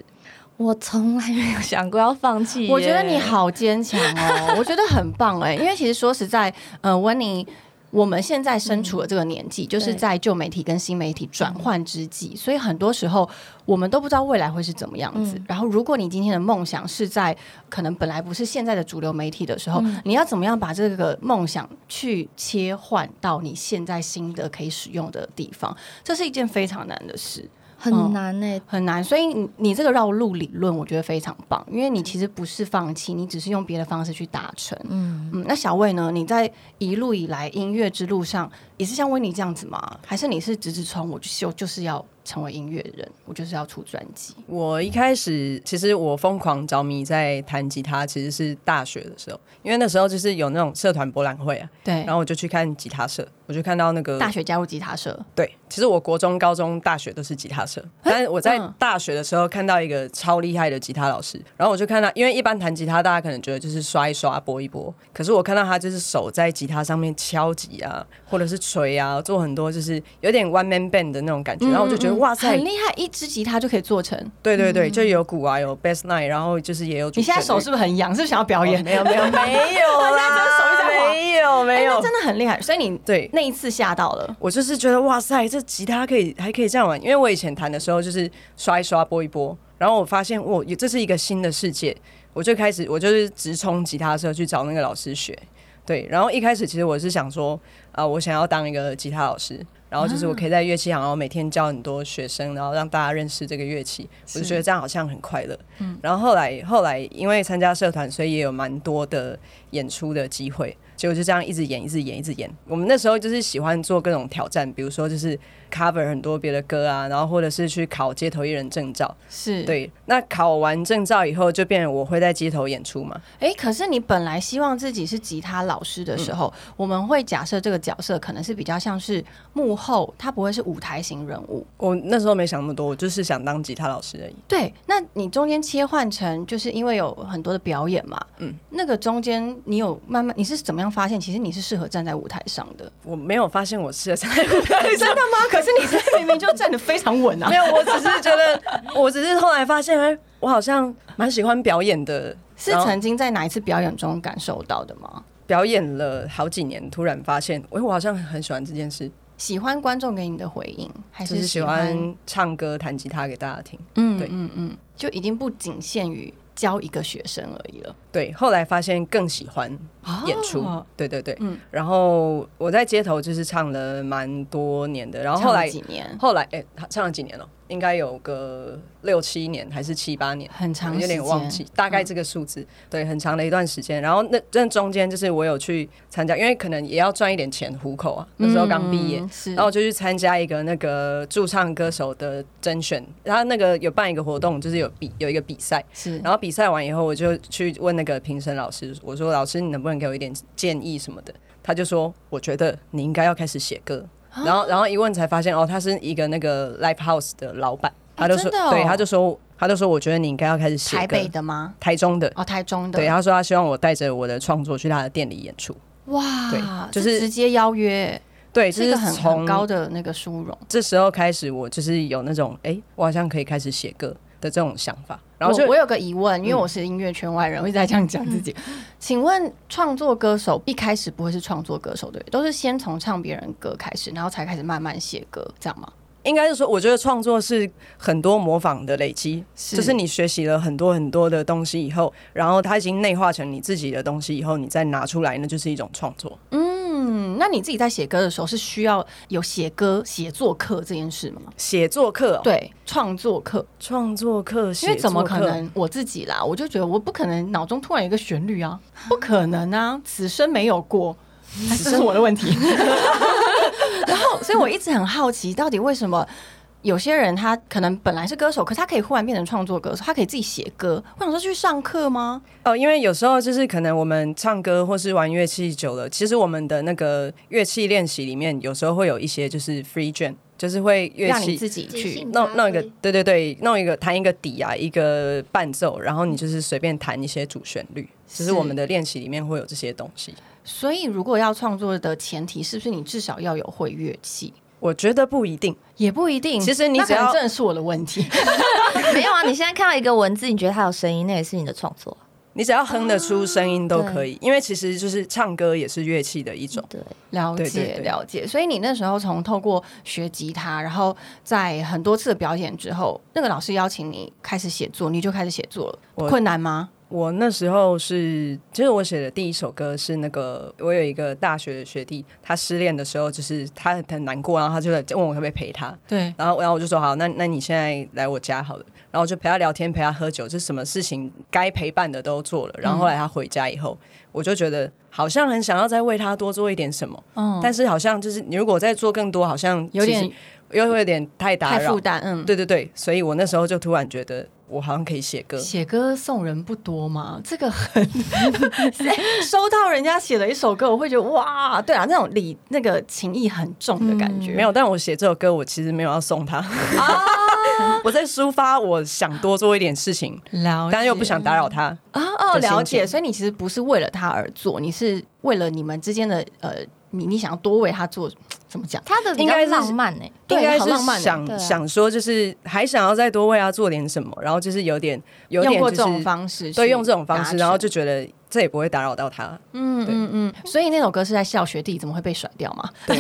C: 我从来没有想过要放弃耶。
B: 我觉得你好坚强哦，我觉得很棒哎、因为其实说实在，呃，温妮。我们现在身处的这个年纪，就是
C: 对
B: 在旧媒体跟新媒体转换之际，所以很多时候我们都不知道未来会是怎么样子。然后，如果你今天的梦想是在可能本来不是现在的主流媒体的时候，你要怎么样把这个梦想去切换到你现在新的可以使用的地方？这是一件非常难的事。
C: 很难欸呢、
B: 很难，所以你你这个绕路理论，我觉得非常棒，因为你其实不是放弃，你只是用别的方式去达成。嗯嗯，那小魏呢？你在一路以来音乐之路上，也是像温妮这样子吗？还是你是直直冲，我就就就是要成为音乐人，我就是要出专辑？
D: 我一开始其实我疯狂着迷在弹吉他，其实是大学的时候，因为那时候就是有那种社团博览会啊，
B: 对
D: 然后我就去看吉他社，我就看到那个
B: 大学加入吉他社，
D: 对，其实我国中、高中、大学都是吉他社，但是我在
B: 嗯
D: 大学的时候看到一个超厉害的吉他老师，然后我就看到，因为一般弹吉他大家可能觉得就是刷一刷、拨一拨，可是我看到他就是手在吉他上面敲击啊，或者是锤啊，做很多就是有点 one man band 的那种感觉，然后我就觉得哇塞
B: 嗯很，厉害，一支吉他就可以做成。
D: 对对对，就有鼓啊，有 bass line，然后就是也有主
B: 你现在
D: 旋
B: 手
D: 律哦
B: 是不是很痒？是不是想要表演？
D: 没有没有没 有
B: 我现在
D: 啦，
B: 只是手一直滑
D: 没有没
B: 哎
D: 有
B: 那，真的很厉害，所以你
D: 对
B: 那一次吓到了。
D: 我就是觉得哇塞，这吉他可以还可以这样玩，因为我以前弹的时候就是刷一刷拨一拨，然后我发现哇，这是一个新的世界，我就开始我就是直冲吉他社去找那个老师学，对，然后一开始其实我是想说啊、我想要当一个吉他老师。然后就是我可以在乐器行，然后每天教很多学生，然后让大家认识这个乐器，我就觉得这样好像很快乐。然后后来后来因为参加社团，所以也有蛮多的演出的机会。结果就这样一直演，一直演，一直演。我们那时候就是喜欢做各种挑战，比如说就是 cover 很多别的歌啊，然后或者是去考街头艺人证照。
B: 是，
D: 对，那考完证照以后，就变成我会在街头演出嘛。
B: 哎，可是你本来希望自己是吉他老师的时候，
D: 嗯
B: 我们会假设这个角色可能是比较像是幕后，他不会是舞台型人物。
D: 我那时候没想那么多，我就是想当吉他老师而已。
B: 对，那你中间切换成就是因为有很多的表演嘛，嗯，那个中间你有慢慢你是怎么样发现，其实你是适合站在舞台上 的？
D: 我没有发现我是 在舞台上
B: 真的吗？ 可是你是明明就站得非常稳 啊
D: 没。有，我只是觉得，我只是后来发现，哎，我好像蛮喜欢表演的。
B: 是
D: 然后
B: 曾经在哪一次表演中感受到的吗？
D: 表演了好几年，突然发现，哎，我好像很喜欢这件事，
B: 喜欢观众给你的回应，还
D: 就是是喜欢唱歌、弹吉他给大家听。
B: 嗯
D: 对
B: 嗯嗯，就已经不仅限于教一个学生而已了。
D: 对，后来发现更喜欢演出，
B: 哦
D: 对对对，
B: 嗯
D: 然后我在街头就是唱了蛮多年的，然后后
B: 唱了
D: 来
B: 几年
D: 后来哎、唱了几年了，应该有个六七年还是七八年，
B: 很长，嗯
D: 有点忘记，，大概这个数字，对，很长的一段时间。然后那那中间就是我有去参加，因为可能也要赚一点钱糊口啊，那时候刚毕业。
B: 嗯是，
D: 然后我就去参加一个那个驻唱歌手的甄选，他那个有办一个活动，就是有比有一个比赛，
B: 是，
D: 然后比赛完以后，我就去问那个评审老师，我说：“老师，你能不能给我一点建议什么的？”他就说：“我觉得你应该要开始写歌。”
B: 啊
D: 然后，然后一问才发现，哦，他是一个那个 live house 的老板，他就说
B: 真：“的哦
D: 对，他就说，他就说，我觉得你应该要开始写
B: 台
D: 歌。
B: 北的吗？
D: 台中的，
B: 哦，台中的，
D: 对，啊他说他希望我带着我的创作去他的店里演出。
B: 哇，
D: 对就
B: 这
D: 是
B: 直接邀约，
D: 对，就是是
B: 一个很
D: 从
B: 很高的那个殊荣。
D: 这时候开始，我就是有那种，哎，我好像可以开始写歌的这种想法。然后就嗯
B: 我我有个疑问，因为我是音乐圈外人，我一直在这样讲自己。请问创作歌手一开始不会是创作歌手对，都是先从唱别人歌开始，然后才开始慢慢写歌，这样吗？
D: 应该是说，我觉得创作是很多模仿的累积，
B: 是
D: 就是你学习了很多很多的东西以后，然后它已经内化成你自己的东西以后，你再拿出来，那就是一种创作。
B: 嗯嗯，那你自己在写歌的时候是需要有写歌写作课这件事吗？
D: 写作课、哦，，
B: 对，创作课，
D: 创作课，
B: 因为
D: 写
B: 怎么
D: 作
B: 可
D: 课？
B: 能我自己啦？我就觉得我不可能脑中突然有一个旋律啊，不可能啊，此生没有过，哎这是我的 问题。然后，所以我一直很好奇，到底为什么有些人他可能本来是歌手，可他可以忽然变成创作歌手，他可以自己写歌。我想说去上课吗？
D: 哦，因为有时候就是可能我们唱歌或是玩乐器久了，其实我们的那个乐器练习里面，有时候会有一些就是 free jam，就是会乐
B: 让你
D: 器
B: 自己去？
D: 弄弄一个，对对对，弄一个弹一个底啊，一个伴奏，然后你就是随便弹一些主旋律。其
B: 是
D: 实我们的练习里面会有这些东西。
B: 所以，如果要创作的前提，是不是你至少要有会乐器？
D: 我觉得不一定，
B: 也不一定。
D: 其实你
B: 那
D: 只
B: 可能
D: 要
B: 真的是我的问题。
C: 没有啊，你现在看到一个文字，你觉得它有声音，那也是你的创作。啊
D: 你只要哼得出声音都可以，因为其实就是唱歌也是乐器的一种。
C: 对，
B: 了解
D: 对对对
B: 了解，所以你那时候从透过学吉他，然后在很多次的表演之后，那个老师邀请你开始写作，你就开始写作了，
D: 我
B: 困难吗？
D: 我那时候是，就是我写的第一首歌是那个，我有一个大学的学弟，他失恋的时候，就是他很很难过，然后他就来问我可不可以陪他，
B: 对，
D: 然后然后我就说好，那那你现在来我家好了，然后我就陪他聊天，陪他喝酒，就是什么事情该陪伴的都做了，然后后
B: 嗯
D: 来他回家以后，我就觉得好像很想要再为他多做一点什么，
B: 嗯，
D: 但是好像就是你如果再做更多，好像
B: 有
D: 其
B: 点
D: 实又会有点太打
B: 太
D: 扰
B: 负，担，嗯。
D: 对对对，所以我那时候就突然觉得我好像可以写歌，
B: 写歌送人不多嘛，这个很 哎收到人家写了一首歌，我会觉得哇，对啊，那种礼那个情谊很重的感觉。
D: 嗯没有，但我写这首歌，我其实没有要送他，
B: 啊
D: 我在抒发我想多做一点事情，
B: 了解，
D: 但又不想打扰他。
B: 啊哦，
D: 的心
B: 了解。
D: 情
B: 所以你其实不是为了他而做，你是为了你们之间的呃，你你想要多为他做，怎么讲？
C: 它的比
D: 应
C: 较
D: 该是
C: 浪漫欸呢。
B: 对
D: 应该
B: 好
D: 是
B: 浪漫哦
D: 想、
C: 对啊
D: 想说，就是还想要再多为他做点什么，然后就是有点有
B: 用
D: 点
B: 过
D: 就
B: 这
D: 是
B: 种方式去达成，
D: 对用这种方式，然后就觉得这也不会打扰到他。
B: 嗯
D: 对
B: 嗯嗯，所以那首歌是在笑学弟怎么会被甩掉嘛？
D: 对，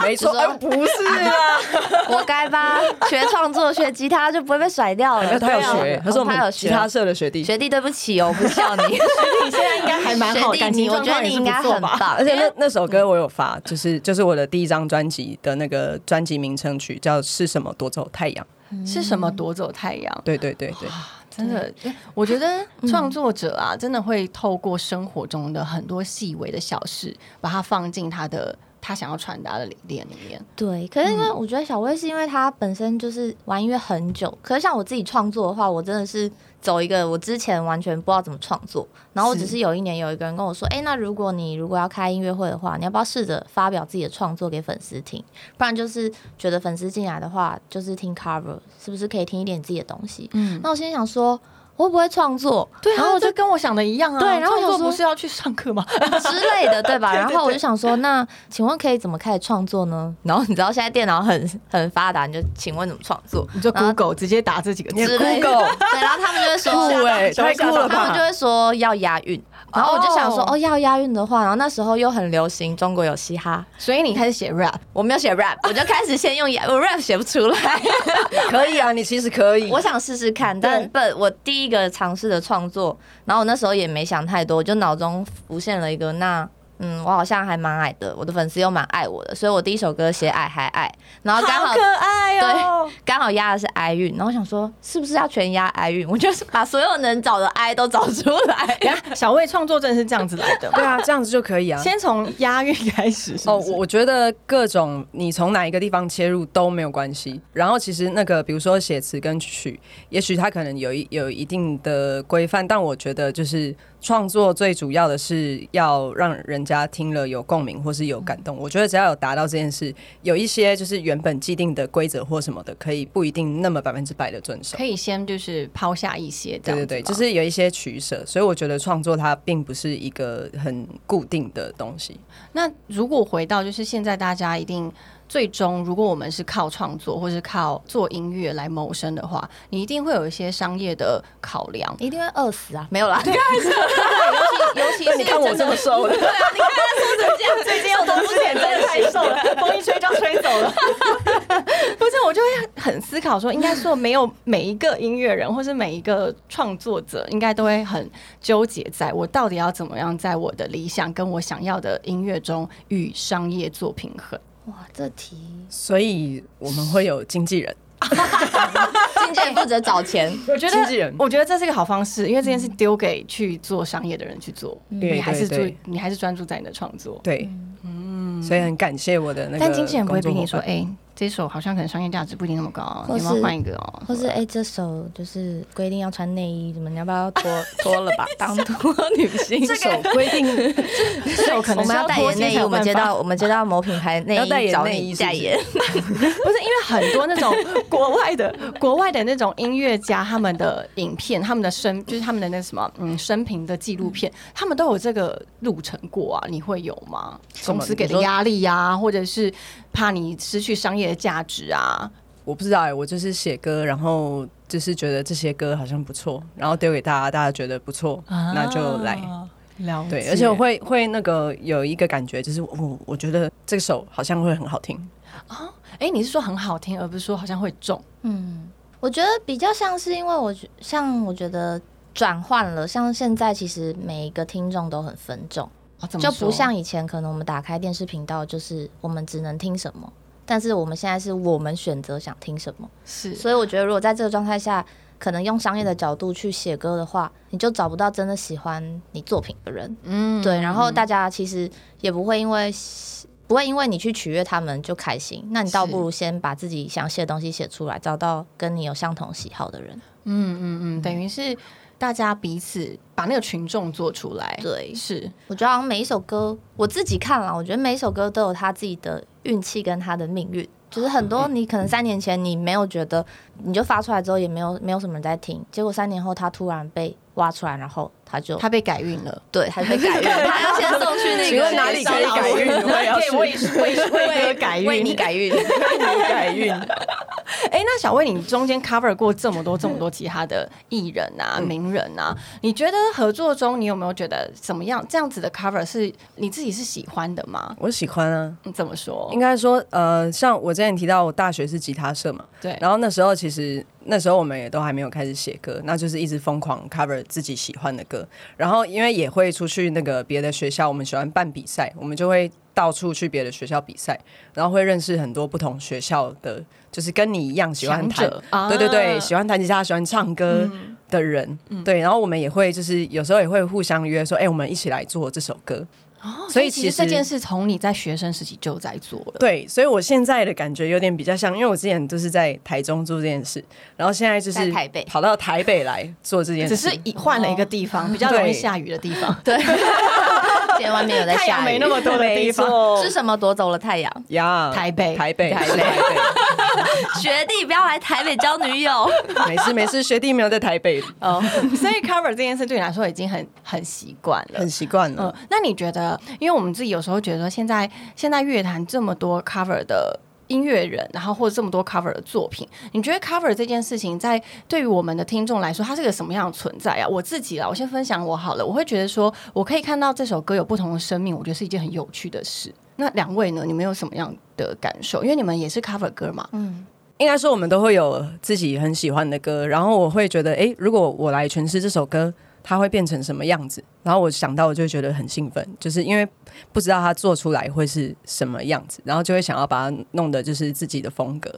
D: 没错，
C: 就说
D: 哎不是啊，
C: 活该吧，学创作学吉他就不会被甩 掉
D: 没有
C: 了。
D: 哎他有
C: 对啊
D: 学，他是我
C: 哦他有
D: 们
C: 学
D: 吉他社的学弟。
C: 学弟，对不起哦，我不笑你。学弟现在应该
B: 还 蛮好感情
C: 我
B: 状
C: 觉
B: 况
C: 得你
B: 也是
C: 应
B: 不
C: 该
B: 错
C: 很
B: 吧
C: 棒，
D: 啊而且
C: 因为
D: 那那首歌我有发，就是就是我的第一张专辑的那个专辑名称曲叫《是什么夺走太阳》。
B: 是什么夺走太阳？
D: 对对对对，
B: 真的，我觉 得创作者啊，真的会透过生活中的很多细微的小事，把它放进他的他想要传达的理念里面。
C: 对，可是因为我觉得小薇是因为她本身就是玩音乐很久，可是像我自己创作的话，我真的是走一个我之前完全不知道怎么创作，然后我只是有一年有一个人跟我说，哎、那如果你如果要开音乐会的话，你要不要试着发表自己的创作给粉丝听？不然就是觉得粉丝进来的话，就是听 cover，是不是可以听一点自己的东西？
B: 嗯，
C: 那我心里想说，我会不会创作？
B: 对啊
C: 然
B: 然
C: 后
B: 后
C: 我就
B: 就跟我想的一样啊。
C: 对然后我
B: 创
C: 想
B: 作
C: 说
B: 不是要去上课吗？
C: 之类的， 对吧？然后我就想说，那请问可以怎么开始创作呢？然后你知道现在电脑很很发达，你就请问怎么创作
B: 你就
C: 然后
B: Google 直接打这几个字
C: 之类的。
D: Google
C: 对，然后他们就会说，
D: 酷哎、太酷了
C: 他们就
D: 吧！
C: 会说要押韵。然后我就想说，
B: 哦
C: 哦，要押韵的话，然后那时候又很流行中国有嘻哈，
B: 所以你开始写 rap，
C: 我没有写 rap，我就开始先用押，我 rap 写不出来，
D: 可以啊，你其实可以。
C: 我想试试看，但不，我第一个尝试的创作，然后我那时候也没想太多，我就脑中浮现了一个那。嗯，我好像还蛮矮的，我的粉丝又蛮爱我的，所以我第一首歌写矮还矮，然后刚好
D: 爱
C: 哦！刚好押的是哀韵，然后我想说是不是要全押哀韵？我就是把所有能找的哀都找出来。
B: 小魏创作正是这样子来 的。
D: 对啊，这样子就可以啊。
B: 先从押韵开始
D: 哦，
B: 哦，
D: 我
B: 我
D: 我觉得各种你从哪一个地方切入都没有关系。然后其实那个，比如说写词跟曲，也许它可能有一有一定的规范，但我觉得就是创作最主要的是要让人家听了有共鸣或是有感动。我觉得只要有达到这件事，有一些就是原本既定的规则或什么的，可以不一定那么百分之百的遵守。
B: 可以先就是抛下一些这
D: 对
B: 样
D: 对对，
B: 子吧
D: 就是有一些取舍，所以我觉得创作它并不是一个很固定的东西。
B: 那如果回到就是现在大家一定最终，如果我们是靠创作或是靠做音乐来谋生的话，你一定会有一些商业的考 量。
C: 一定会饿死啊！没有啦，
B: 尤其尤其是
D: 你看我这么瘦了，
B: 最近又都肤浅，真的太瘦了，风一吹就吹走了。不是，我就会很思考说，应该说没有每一个音乐人或是每一个创作者，应该都会很纠结，在我到底要怎么样在我的理想跟我想要的音乐中与商业做平衡。
C: 哇，这题
D: 所以我们会有经纪人，
C: 经纪人负责找钱，
B: 我觉得
D: 经纪
C: 嗯
D: 人，
B: 我觉得这是一个好方式，因为这件事丢给去做商业的人去做，
C: 嗯
D: 对
B: 你还是
D: 对
B: 注
D: 对，
B: 你还是专注在你的创作。
D: 对，嗯，所以很感谢我的那个，
B: 但经纪人不会逼你说，哎、，这首好像可能商业价值不一定那么高哦，
C: 或
B: 你要不
C: 是
B: 要换一个哦？
C: 或是哎、这首就是规定要穿内衣，怎么你要不要脱脱了吧？当脱女星
D: 这首规定
B: 这首可
C: 我
B: 能是
C: 们要代
B: 脱
C: 言
B: 鞋
C: 内衣，
B: 才有
C: 我们
B: 办
C: 接
B: 法
C: 到我们接到某品牌内
D: 要
C: 衣
D: 代言
C: 找
D: 内衣
C: 你
D: 是不是
C: 代言，
B: 不是因为很多那种国外的 国外的那种音乐家，他们的影片、他们的生就是他们的那什么嗯生平的纪录片，他们都有这个路程过啊，你会有吗？
D: 什么
B: 公司给
D: 你
B: 的
D: 说
B: 压力呀、啊，或者是怕你失去商业的价值啊，
D: 我不知道哎、我就是写歌，然后就是觉得这些歌好像不错，然后丢给大家，大家觉得不错，那就来。
B: 啊了
D: 对，而且我会会那个有一个感觉，就是我我觉得这首好像会很好听，
B: 哎、你是说很好听，而不是说好像会中
C: 嗯，我觉得比较像是因为我觉像我觉得转换了，像现在其实每一个听众都很分众，
B: 啊？怎么
C: 就
B: 说
C: 不像以前可能我们打开电视频道就是我们只能听什么，但是我们现在是我们选择想听什么，
B: 是
C: 所以我觉得如果在这个状态下。可能用商业的角度去写歌的话，你就找不到真的喜欢你作品的人。
B: 嗯
C: 对，然后大家其实也不会因为不会因为你去取悦他们就开心，那你倒
B: 是
C: 不如先把自己想写的东西写出来，找到跟你有相同喜好的人。
B: 嗯嗯嗯，等于是大家彼此把那个群众做出来，
C: 对
B: 是
C: 我觉得好像每一首歌，我自己看了，我觉得每一首歌都有他自己的运气跟他的命运。就是很多你可能三年前你没有觉得，你就发出来之后也没有没有什么人在听，结果三年后他突然被挖出来，然后他就
B: 他被改运了。
C: 对他就被改变，他要先送去那
D: 请
C: 个
D: 问 哪里可以改运我也要去
B: 为 为歌改
C: 为你改运。
D: 改 运。
B: 哎、那小魏，你中间 cover 过这么多这么多其他的艺人啊、名人啊，你觉得合作中你有没有觉得怎么样？这样子的 cover 是你自己是喜欢的吗？
D: 我喜欢啊，
B: 你怎么说
D: 应？该说呃，像我之前提到，我大学是吉他社嘛，
B: 对，
D: 然后那时候其实那时候我们也都还没有开始写歌，那就是一直疯狂 cover 自己喜欢的歌。然后因为也会出去那个别的学校，我们喜欢办比赛，我们就会到处去别的学校比赛，然后会认识很多不同学校的，就是跟你一样喜欢
B: 强
D: 弹
B: 者啊嗯
D: 对对对，喜欢弹吉他、喜欢唱歌的人，对。然后我们也会就是有时候也会互相约说，哎、我们一起来做这首歌。
B: 哦
D: 所以
B: 其
D: 其
B: 实这
D: 实
B: 件事从你在学生时期就在做了。
D: 对，所以我现在的感觉有点比较像，因为我之前就是在台中做这件事，然后现在就
C: 在
D: 是
C: 台北
D: 跑到台北来做这件事，
B: 只是一换了一个地方，比较容易下雨的地方， 对，
C: 今天外面有在
B: 太阳
C: 下雨，
B: 没那么多 的地方。
D: 方
C: 是什么夺走了太阳？
D: 呀
B: 台北
D: 台北，
C: 台
D: 是台
C: 学弟不要来台北交女友。
D: 北，没事没事，学弟没有在台北，
B: 哦，所以 cover 这件事对你来说已经很很习惯了
D: 很。习惯
B: 嗯
D: 了。，
B: 那你觉得，因为我们自己有时候觉得说现在现在乐坛这么多 cover 的音乐人，然后或者这么多 cover 的作品，你觉得 cover 这件事情在对于我们的听众来说，它是个什么样的存在啊？我自己啦，我先分享我好了，我会觉得说我可以看到这首歌有不同的生命，我觉得是一件很有趣的事。那两位呢？你们有什么样的感受？因为你们也是 cover 歌嘛，
C: 嗯
D: 应该说我们都会有自己很喜欢的歌，然后我会觉得，哎，如果我来诠释这首歌，它会变成什么样子？然后我想到，我就会觉得很兴奋，就是因为不知道它做出来会是什么样子，然后就会想要把它弄的就是自己的风格。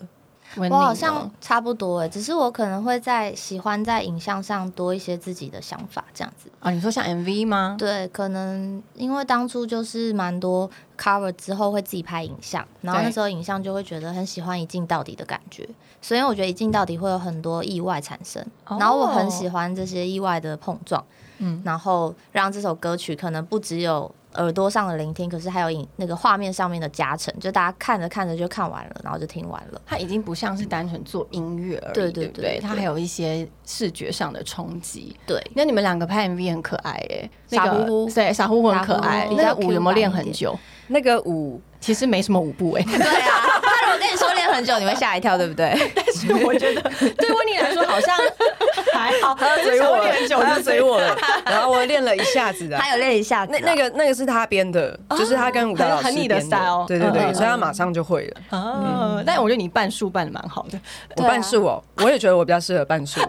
B: 温
C: 我
B: 妮
C: 好
B: 呢
C: 像差不多哎，只是我可能会在喜欢在影像上多一些自己的想法这样子。
B: 啊，你说像 MV 吗？
C: 对，可能因为当初就是蛮多 cover 之后会自己拍影像，然后
B: 对
C: 那时候影像就会觉得很喜欢一镜到底的感觉，所以我觉得一镜到底会有很多意外产生。
B: 哦
C: 然后我很喜欢这些意外的碰撞，
B: 嗯
C: 嗯，然后让这首歌曲可能不只有耳朵上的聆听，可是还有影那个画面上面的加成，就大家看着看着就看完了，然后就听完了。
B: 它已经不像是单纯做音乐而已，
C: 对对
B: 不
C: 对对
B: 它还有一些视觉上的冲击。
C: 对，
B: 那你们两个拍 MV 很可爱耶、
C: 傻
B: 那个
C: 乎乎
B: 对，傻乎乎很可爱
C: 傻。乎乎
B: 那个
C: 比较
B: 舞
C: Q
B: 有没有练
C: 版一
B: 很久？
D: 那个舞
B: 其实没什么舞步哎、
C: 对啊，他如果跟你说练很久，你会吓一跳，对不对？
B: 但是我觉得对温妮来说好像还好，
D: 他要追我
B: 小
D: 了，
B: 脸酒
D: 他要 追 我了，然后我练了一下子的。
C: 还有练一下子
D: 那
C: 啊，
D: 那个那个是他编的，就是他跟舞蹈老师
B: 哦很很你的
D: 编
B: style
D: 对对
B: 嗯
D: 对，
B: 嗯
D: 所以他马上就会了。
B: 哦，但我觉得你半数办的蛮好的，
D: 我
C: 对啊
D: 半数哦，我也觉得我比较适合半数。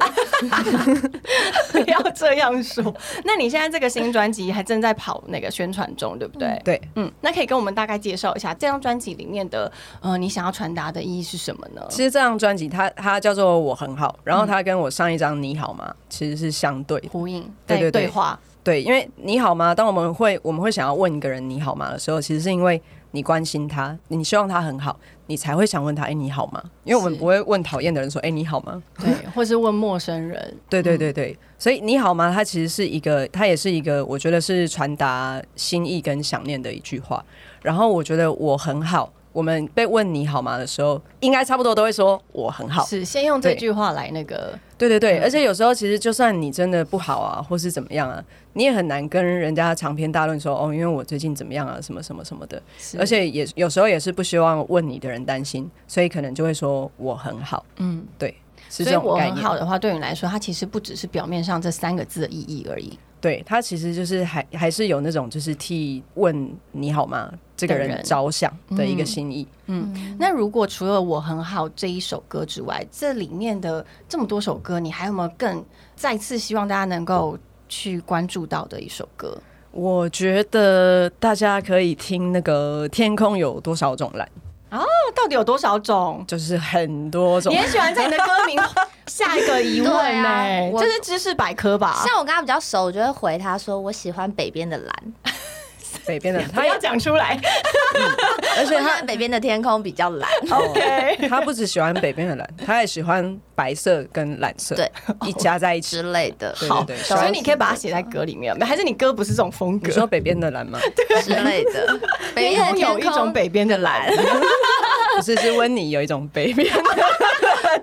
B: 不要这样说。那你现在这个新专辑还正在跑那个宣传中，对不对？
D: 对，
B: 嗯，那可以跟我们大概介绍一下这张专辑里面的呃，你想要传达的意义是什么呢？
D: 其实这张专辑它它叫做《我很好》，然后它跟我上一张《你好吗》其实是相对的。
B: 呼应
D: 对对对
B: 对话，
D: 对，因为你好吗？当我们会我们会想要问一个人你好吗的时候，其实是因为你关心他，你希望他很好，你才会想问他，哎、你好吗？因为我们
B: 是
D: 不会问讨厌的人说，哎、你好吗？
B: 对，或是问陌生人，
D: 对对对对，所以你好吗？它其实是一个，它也是一个，我觉得是传达心意跟想念的一句话。然后我觉得我很好，我们被问你好吗的时候，应该差不多都会说我很好。
B: 是先用这
D: 对
B: 句话来那个
D: 对对对，
B: 嗯
D: 而且有时候其实就算你真的不好啊，或是怎么样啊，你也很难跟人家长篇大论说哦，因为我最近怎么样啊，什么什么什么的。
B: 是
D: 而且也有时候也是不希望问你的人担心，所以可能就会说我很好，
B: 嗯，
D: 对，是这
B: 所以
D: 种
B: 我
D: 概
B: 很
D: 念。
B: 好的话，对你来说，它其实不只是表面上这三个字的意义而已。
D: 对他其实就是还还是有那种就是替问你好吗这个
B: 的
D: 人
B: 人
D: 着想的
C: 嗯
D: 一个心意。
B: 那如果除了我很好这一首歌之外，这里面的这么多首歌，你还有没有更再次希望大家能够去关注到的一首歌？
D: 我觉得大家可以听那个天空有多少种蓝，
B: 那到底有多少种？
D: 就是很多种
B: 你。很喜欢在你的歌名下一个疑问
C: 对
B: 呢、
C: 啊我
B: 这是知识百科吧？
C: 像我跟他比较熟，我就会回他说我喜欢北边的蓝，
D: 北边的
B: 不
D: 他
B: 要讲出来。
D: 而且
C: 我喜
D: 他
C: 欢北边的天空比较蓝。
B: OK，
D: 他不只喜欢北边的蓝，他也喜欢白色跟蓝色，
C: 对，哦
D: 一加在一起。
C: 之类的，
D: 对
B: 好，
D: 对对
B: 所以你可以把它写在歌里面，还是你歌不是这种风格
D: 你？说北边的蓝吗？
C: 之类 的。北边
B: 天
C: 的
B: 空有
C: 天
B: 一种
C: 空，
B: 北边的蓝，
C: 啊
D: 不是，是温妮有一种北边。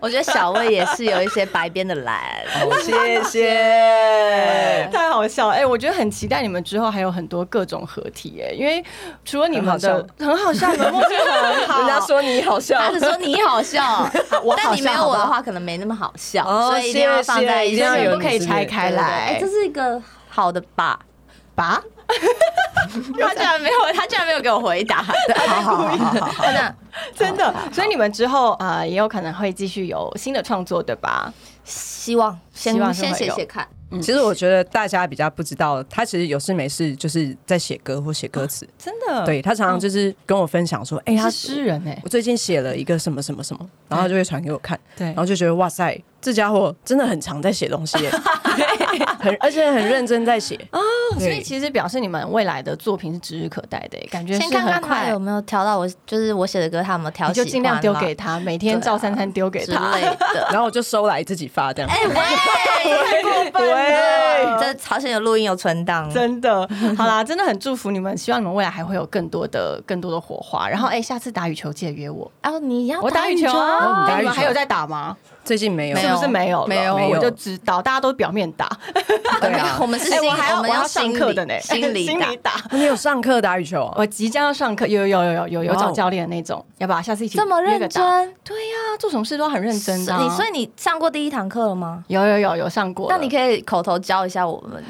C: 我觉得小魏也是有一些白边的蓝。
D: 好，谢谢。
B: 太好笑了！哎、我觉得很期待你们之后还有很多各种合体哎、因为除了你们的很好笑，你们默契很好。
D: 人家说你好笑，
C: 他是说你好笑，
B: 我好
C: 但你没 有我的
B: 笑好不好
C: 话，可能没那么好笑，
D: 哦
C: 所以一定要放在
D: 谢谢一
C: 一起
D: 定。要有
B: 不可以拆开
C: 对对对
B: 来
C: 哎，这是一个好的吧？
B: 吧，
C: 他居然没有，他居然没有给我回 答。好好好好好，真的
B: 真的。所以你们之后啊、呃也有可能会继续有新的创作，对吧？
C: 希望先
B: 希望是会
C: 先
B: 有
C: 写写看。
B: 嗯
D: 其实我觉得大家比较不知道，他其实有事没事就是在写歌或写歌词。
B: 真的，
D: 对他常常就是跟我分享说：“哎、
B: 他
D: 他
B: 嗯是诗人哎、
D: 我最近写了一个什么什么什么，然后他就会传给我看，
B: 对
D: 然后就觉得哇塞，这家伙真的很常在写东西耶， 很而且很认真在写啊。
B: 哦所以其实表示你们未来的作品是指日可待的、哎感觉
C: 先
B: 是
C: 看
B: 很
C: 看他
B: 快
C: 有。没有挑到我，就是我写的歌，他有没有挑
B: 你
C: 喜
B: 就
C: 欢
B: 尽量丢
C: 嘛
B: 给他，每天
C: 对啊
B: 照三餐丢给
C: 之
B: 他。
C: 类 的。
D: 然后我就收来自己发这样。
C: 哎 喂，
D: 喂，
C: 这朝鲜有录音有存档，
B: 真的，好啦，真的很祝福你们，希望你们未来还会有更多的、更多的火花。然后，
C: 嗯
B: 哎、下次打羽球记得约我，
C: 然后哦你要
B: 我打羽球
D: 哦
B: 啊。
D: 你打
B: 哎你
D: 羽
B: 们
D: 球
B: 还有在打吗？
D: 最近没有，
C: 没
B: 是
C: 有
B: 不是没有了？哦
C: 没有
B: 我就
D: 没有
B: 知道，大家都表面打。
D: 对
C: 没
D: 啊
C: 有，我们是
B: 哎、
C: 心，
B: 我还
C: 我
B: 我
C: 们
B: 要
C: 要
B: 上
C: 心
B: 课
C: 理
B: 的呢，
C: 心理
B: 心
C: 打
B: 里。打。
D: 你有上课打羽球 啊？
B: 我即将要上课，有有有有有有
D: 哇哦
B: 找教练那种，要不要下次一起
C: 这么
B: 约
C: 认
B: 个
C: 真
B: 打？，对呀、做什么事都很认真的啊、
C: 你所以你上过第一堂课了吗？
B: 有有有有上过了，
C: 那你可以口头教一下我们，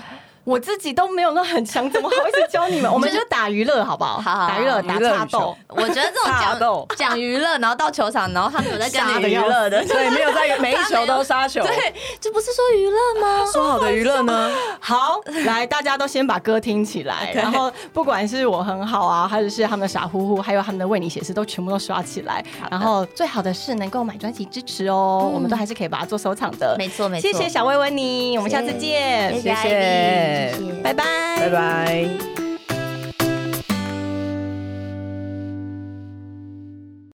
B: 我自己都没有那很强，怎么好意思 教你们？我们就打娱乐好不好？
C: 好好好
B: 打娱乐，
D: 娱
B: 打
D: 乐
B: 插
D: 羽球
B: 斗。
C: 我觉 得这种
D: 大豆
C: 讲讲娱乐，然后到球场，然后他们有在
B: 吓
C: 跟
B: 得
C: 你娱
B: 要
C: 乐的，
D: 对，没有在每一球都杀球。
C: 对，这不是说娱乐吗？
D: 说好的娱乐呢？
B: 哦好，来，大家都先把歌听起来，然后不管是我很好啊，还是是他们的傻乎乎，还有他们的为你写诗，都全部都刷起来。然后最好的是能够买专辑支持哦，我们都还是可以把它做收藏的。
C: 没错没错
B: 谢谢小薇薇你，我们下次见，
C: 谢
D: 谢
C: 谢
D: 谢
C: Ivy，谢谢
B: 拜拜，
D: 拜。拜。